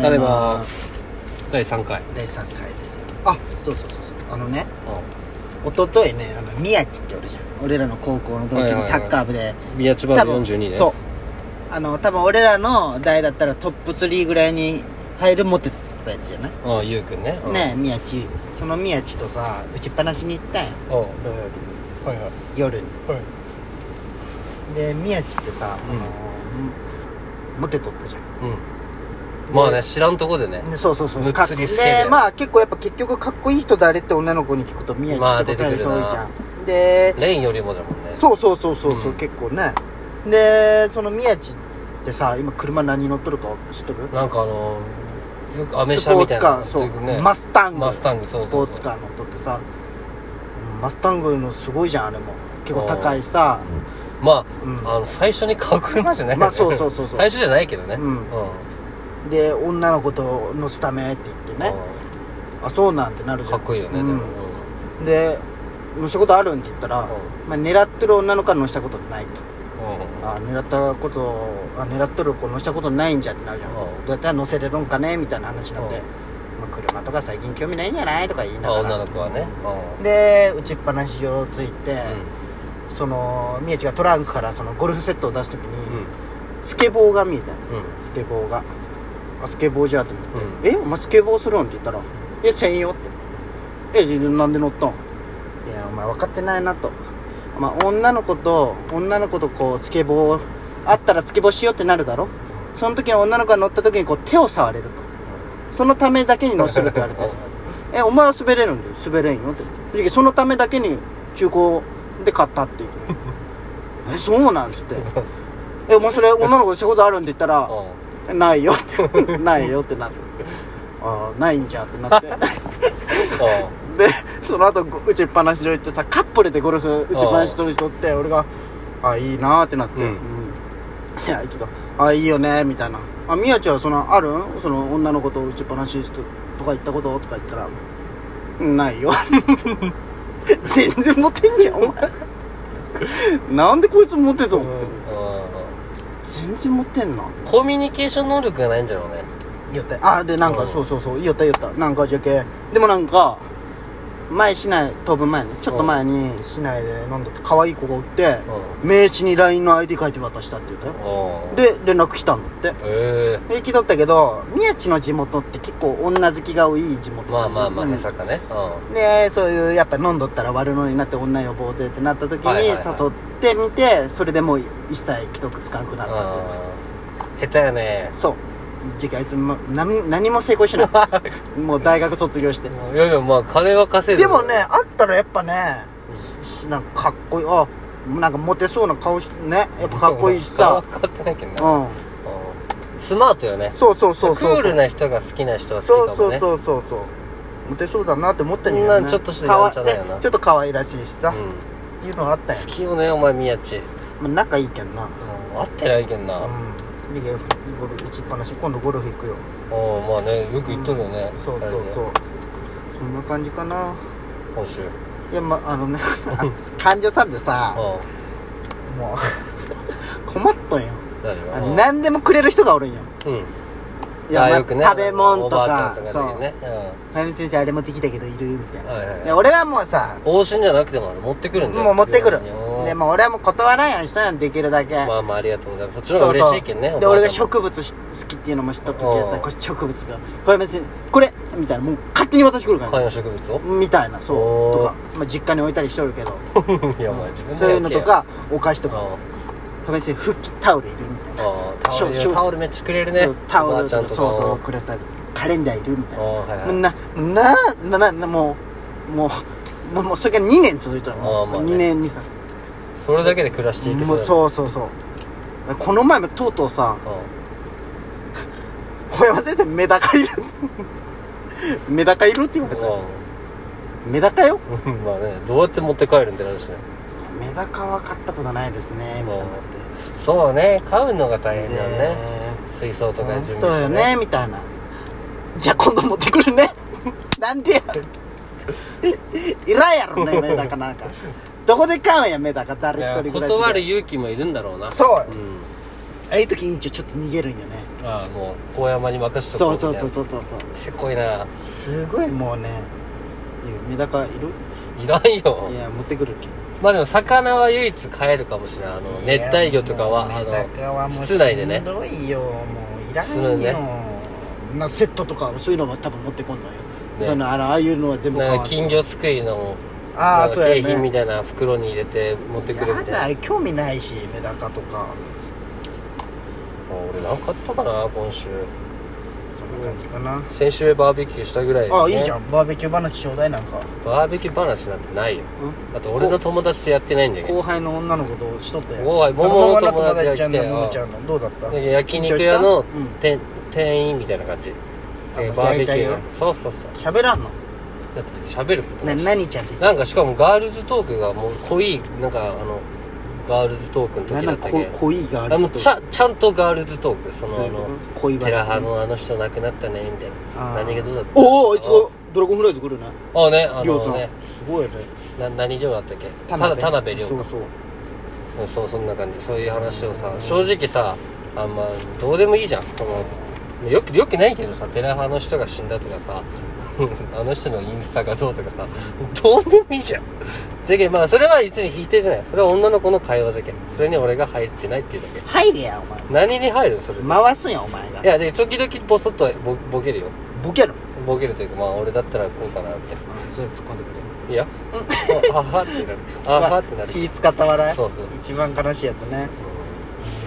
ただいま第3回第3回ですあそうそうそうそうあのねう一昨日ねあの宮地って俺じゃん俺らの高校の同期はいはいのはいサッカー部でん宮地バー42ねそうあの多分俺らの代だったらトップ3ぐらいに入る持ってたやつじゃないああゆうくんねうんねえ宮地その宮地とさ打ちっぱなしに行ったんようんは土曜日にいはい夜にはいで宮地ってさ、うあんのモテとったじゃんうんまあね知らんとこでねねそうそうそうぶっかっつり好きででまあ結構やっぱ結局かっこいい人誰って女の子に聞くと宮地って答える人多いじまゃあん、でレインよりもじゃもんねそうそうそうそうそう、うん結構ねでその宮地ってさ今車何乗っとるか知っとるなんかあのよくアメ車みたいなスポーツカーそう、ねマスタングマスタングそうそうそうスポーツカー乗っとってさうんマスタングのすごいじゃんあれも結構高いさまうんああの最初に買う車じゃないまあそうそうそうそう最初じゃないけどねうんで女の子と乗すためって言ってねあそうなんてなるうんじゃかんっこいいよねでうもんうんで乗したことあるんって言ったら、うまあ、狙ってる女の子は乗したことないとうんあ狙ったことあ狙っとる子乗したことないんじゃってなるじゃん、うんどうやったら乗せれるんかねみたいな話になって、うんまあ、車とか最近興味ないんじゃないとか言いまなあがら女の子はねうんで打ちっぱなしをついて、その宮地がトランクからそのゴルフセットを出す時うんに、スケボーが見えたのうんうんスケボーがあスケボーじゃと思って「うえお前スケボーするん?」って言ったら「え専用」って「えなんで乗ったん?」「いやお前分かってないな」と「まあ、女の子と女の子とこうスケボーあったらスケボーしようってなるだろその時に女の子が乗った時にこう手を触れるとそのためだけに乗せるって言われて「えお前は滑れるんだよ滑れんよ」ってでそのためだけに中古で買ったって言ってえそうなんつって「えお前それ女の子としたことあるん?」って言ったら「うんないよってないよってなってああないんじゃってなって あでその後打ちっぱなし場行ってさカップルでゴルフ打ちっぱなしとる人って俺が「あいいな」ってなって、うんいやあいつが「あいいよね」みたいな「あみやちゃんはそのあるんその女の子と打ちっぱなししととか行ったこと?」とか言ったら「うんないよ」 全然モテんじゃんお前 なんでこいつモテと思ってうん全然モテんなコミュニケーション能力がないんじゃろうね言ったあでなんかうんそうそうそう言った言ったなんかじゃけでもなんか前市内飛ぶ前にちょっと前に市内で飲んだって可愛い子がおって名刺に LINE の ID 書いて渡したって言ったようんで連絡来たんだってえで聞き取ったけど宮地の地元って結構女好きが多い地え元まあまあまあうんねさかねうでそういうやっぱ飲んどったら悪者になって女呼ぼうぜってなった時はいにはいはい誘ってみてそれでもう一切既得つかなくなったって言ってん下手やね そうじゃけあいつも何何も成功しないもう大学卒業していやいやまあ金は稼いででるもねあったらやっぱねしなんかかっこいいあなんかモテそうな顔してねやっぱかっこいいしさ 顔は変わってないけどうなうんんスマートよねそうそうそうそうクールな人が好きな人は好そきうかもそうねそうそうそうモテそうだなって思ったんやけどそんなんちょっとしたかわやんちゃなんやなねちょっと可愛らしいしさ、うんいうのあったんや好きよねお前宮地まあ仲いいけんなうん合ってないけんなううんんでゴルフ打ちっぱなし今度ゴルフ行くよまあねよく言っとるよねそうそう二人そうでそんな感じかな今週うんいやまあ のねあの患者さんでさもう困っとんよ何があうのん何でもくれる人がおるんようんいやあまあよくね食べ物とおばあかちゃんとそうかだけどねうん「ファミ先生あれ持ってきたけどいる?」みたいな、はいはいはいで俺はもうさ往診じゃなくてもある持ってくるんだよもう持ってくるででももう俺はもう断らんようにしたんよできるだけ、まあまあありがとうございますそっちそのう方そがう嬉しいけんねでおばあ俺ちゃが植んも物し好きっていうのも知った時やったうんこれ植物が「ファミ先生これ!」みたいなもう勝手に私来るから、観葉植物をみたいなそうおーとか、まあ、実家に置いたりしとるけど いやお前自分でそういうのとかお菓子とやけやか「ファミ先生復帰タオルいる?」みたいなああタオルしょタオルめっちゃくれるねそうタオルとおばあかちゃんそうそうくれたりカレンダーいるみたいああはいはいななななななもうもうもうもうそれが2年続いたのもあうーまあね2年にそれだけで暮らしていけもそううだねそうそうそうこの前もとうとうさ小山先生メダカいる メダカいるって言われうんたよメダカようん うんまあねどうやって持って帰るんってなるしねメダカは買ったことないですねみたいになっそうね飼うのが大て変でだよね水槽とか準備してそうよねみたいなじゃあ今度持ってくるね なんでや いらんやろねメダカなんかどこで買うんやメダカ誰い一や人暮らしで断る勇気もいるんだろうなそううんああいう時委員長ちょっと逃げるんよねああもう高山に任せとそこうそうみたいそうなそうそうそうせこいなすごいもうねメダカいるいらんよいや持ってくるけまあでも魚は唯一飼えるかもしれないあの熱帯魚とかはあメダカはのもう室内でねしんどいよもういら室んよ、内でなセットとかそういうのは多分持ってこんのよ、ねそのあのああいうのは全部買なわんんかと金魚すくいのあなあんかそうや景品みねたいな袋に入れて持ってくるみたいなやだ興味ないしメダカとかあ俺なんかあったかな今週そんな感じかな、先週バーベキューしたぐらい、ね、ああいいじゃんバーベキュー話ちょうだいなんかバーベキュー話なんてないよあと俺の友達とやってないんだけど後輩の女の子としとったやん後輩その桃の女の友友達が達来ちてゃんのももちゃんのどうだったで焼肉屋緊張のし店店員みたいな感じであのバーベキ焼いュたよーのそうそうそう喋らんのだって別に喋ることなない何ちゃんってなんかしかもガールズトークがもう濃いなんかあのガールズトークのなんな時だっんたかけこど恋がああるのとちゃちゃんとガールズトークそのどういうあこのと恋テラハ話のあの人亡くなったねみたいあなー何がどうだったおおあいつがドラゴンフライズ来るねああねありょうさのんねすごいねな何寮だったっけただ田辺寮かそうそううんそうそんな感じそういう話をさ正直さあんまどうでもいいじゃんそのよくよくないけどさテラ派の人が死んだとかさ あの人のインスタがどうとかさどうでもいいじゃんじゃけんまあそれはいつに引いてじゃないそれは女の子の会話じゃけんそれに俺が入ってないっていうだけ入れやお前何に入るそれい回すんやお前がやで時々ボソッとボボケるよボケろボケるというかまあ俺だったらこうかなみたいなそれ突っ込んでくれいや あははってなるあははってなる気使った笑いそうそうそう一番悲しいやつね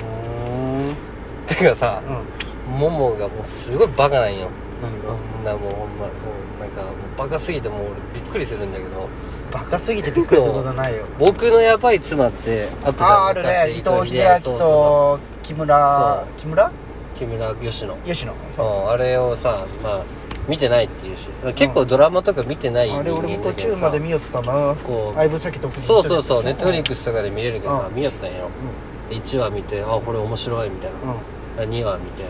うんてかさうんももがもうすごいバカなんよ何こがんなもうほんまそのなんかもうバカすぎてもう俺びっくりするんだけどバカすぎてびっくりすることない よ僕のヤバい妻ってあったじゃんあーあるね伊藤英明そうそうそと木村木村う木村佳乃吉野うんあれをさまあ見てないっていうし結構ドラマとか見てない人あれ間だけ俺もど途中まで見よったなこう相武咲と不倫そうそうそうネッねトフリックスとかで見れるけどさうん見よったんよで1話見てあこれ面白いみたいうんうんな2話見て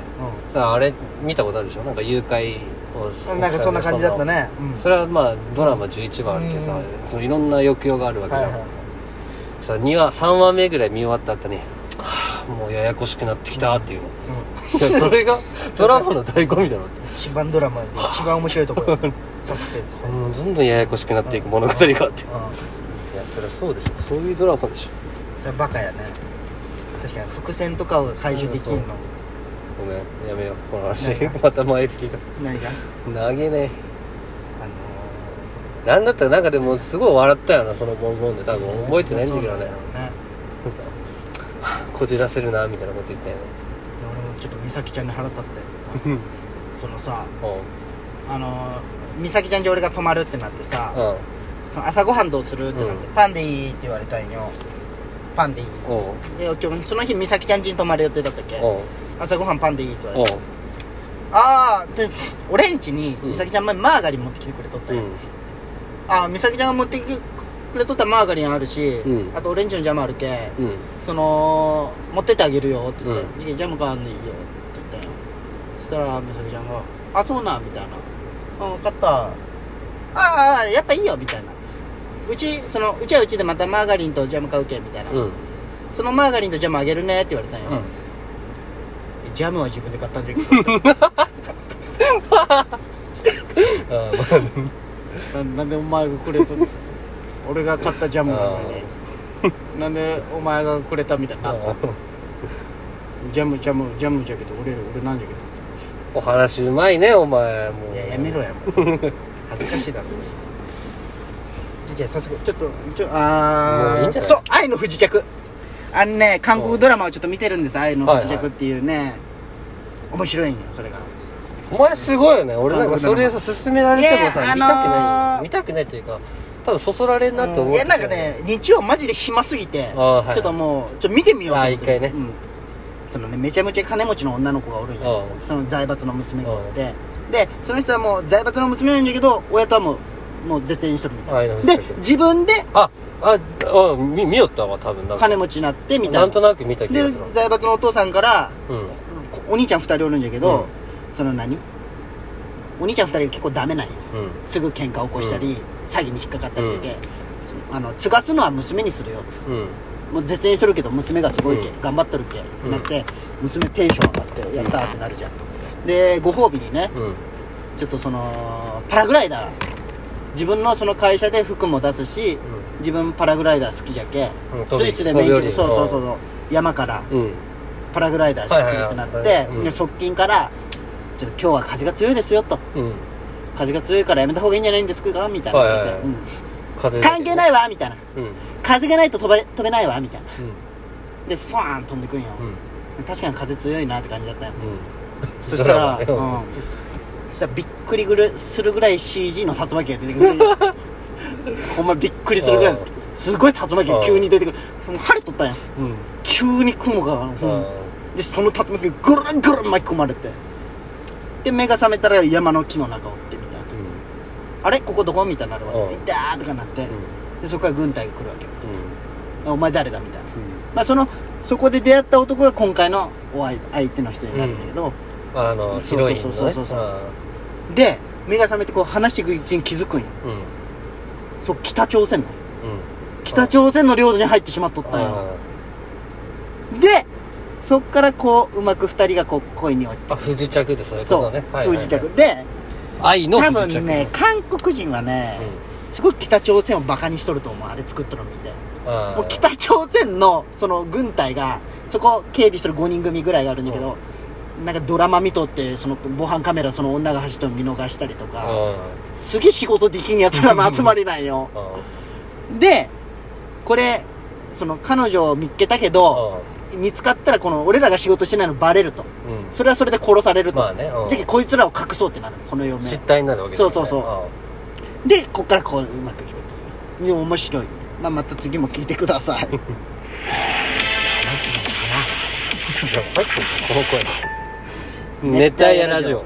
うさああれ見たことあるでしょなんか誘拐をしんなんかそんな感じだったねうんそれはまあドラマ11話あるけどさ、うんそのいろんな抑揚があるわけはじいゃはん、いはいさ2話3話目ぐらい見終わった後に「はあもうややこしくなってきた」っていうの、う い やそれがドラマの醍醐味だろってん一番ドラマで一番面白いとこ ろサスペンスねもうどんどんややこしくなっていく物語があっていやうんそりゃそうでしょそういうドラマでしょそれバカやね確かに伏線とかを回収できんのごめんやめようこの話何また前振りが何が投げねあのえなんだったらなんかでもすごい笑ったよなその文言で多分ー覚えてないんだけどそうなんだねろうねこじらせるなみたいなこと言ったよねで俺もちょっと美咲ちゃんに腹立ってそのさうんあのー美咲ちゃん家俺が泊まるってなってさうんその朝ごはんどうするってなって、うパンでいいって言われたんよパンでいいうんうんで今日その日美咲ちゃん家に泊まる予定だったっけ朝ごはんパンでいいって言われてうああで俺ん家にうん美咲ちゃん前マーガリン持ってきてくれとったんんうよ、んああ美咲ちゃんが持ってきてくれとったマーガリンあるし、うんあと俺ん家のジャムあるけうんその持ってってあげるよって言って「うでジャム買わんでいいよ」って言ったよそしたら美咲ちゃんが「あそうなん」みたいな「あ分かったあああやっぱいいよ」みたいなうちそのうちはうちでまたマーガリンとジャム買うけみたいな、うんそのマーガリンとジャムあげるねって言われたんよ、うんジャムは自分で買ったんじゃけどあ ななんでお前がくれと俺が買ったジャムなのになんでお前がくれたみたいにまなあったジャムジャムジャムじゃけど俺俺なんじゃけどお話うまいねお前もういややめろやもうそれ 恥ずかしいだろうしじゃあ早速ちょっとちょもあういいんーじゃないそう「愛の不時着」あのね韓国ドラマをちょっと見てるんです「愛の不時着」っていうね、面白いんよそれがお前すごいよね俺なんかそれさ勧められてもさいや見たくないあのー見たくないというか多分そそられんなって思ううんんいやなんかね日曜マジで暇すぎて、あーはいちょっともうちょっと見てみようと思ってあー一回ねうんそのねめちゃめちゃ金持ちの女の子がおるんようんその財閥の娘がおってでその人はもう財閥の娘なんだけど親とはもうもう絶縁しとるみたい愛のな不時で着自分であああ見見よったわ多分なんか金持ちになってみたいななんとなく見た気がでする財閥のお父さんからうんお兄ちゃん2人おるんじゃけど、その何お兄ちゃん2人が結構ダメなんようんすぐ喧嘩起こしたり、詐欺に引っかかったりして、そあの継がすのは娘にするようんもう絶縁するけど娘がすごいけ、うん頑張っとるけ、うんなって娘テンション上がってやったーってなるじゃんでご褒美にねうんちょっとそのパラグライダー自分のその会社で服も出すし自分パラグライダー好きじゃけ、うん飛びスイスで免許飛び降りそうるそうそうそう山からうんパラグライダーしてくれってなって、はいはいはいうんで側近から「ちょっと今日は風が強いですよ」とうんうん「風が強いからやめた方がいいんじゃないんですか?」みたいな言われて、はいはいはいうん風関係ないいわ」みたいなうんうん「風がないと飛べ飛べないわ」みたいなでファーン飛んでくんよ、うん確かに風強いなって感じだったようんそしたら、うんドラマ、そしたらびっくりぐるするぐらい CG の竜巻が出てくる ほんまびっくりするぐらいあすごい竜巻が急に出てくるその晴れとったんやうんうん急に雲が、うんでその竜巻がぐるんぐるん巻き込まれてで目が覚めたら山の木の中をってみたいなうんあれここどこみたいになるわうんけで「いたー!」とかなってでそこから軍隊が来るわけうんお前誰だみたいな、うんまあ、そのそこで出会った男が今回のお相相手の人になるんだけど、あのヒロインのねそうそうそうそうそうで目が覚めてこう話していくうちに気づくんようんうんそう北朝鮮のうん北朝鮮の領土に入ってしまっとったんよあでそっからこううまく二人がこう恋に落ちーあ不時着ですそういうてこそとうね数字着着で愛の多不時着分ね韓国人はねすごい北朝鮮をバカにしとると思うあれ作っとるの見てもう北朝鮮のその軍隊がそこ警備してる5人組ぐらいがあるんだけどなんかドラマ見とってその防犯カメラその女が走ってるの見逃したりとあかーすげえ仕事できんやつら の集まりなんようんうんでこれその彼女を見っけたけど見つかったらこの俺らが仕事してないのバレるとうんそれはそれで殺されると、まあねうんじゃあこいつらを隠そうってなるこの嫁失態になるわけだよねそうそうそうあでこっからこううまくいくという面白い、まあ、また次も聞いてくださいなんていうのかなーいや入ってるこの声ネタやラジオ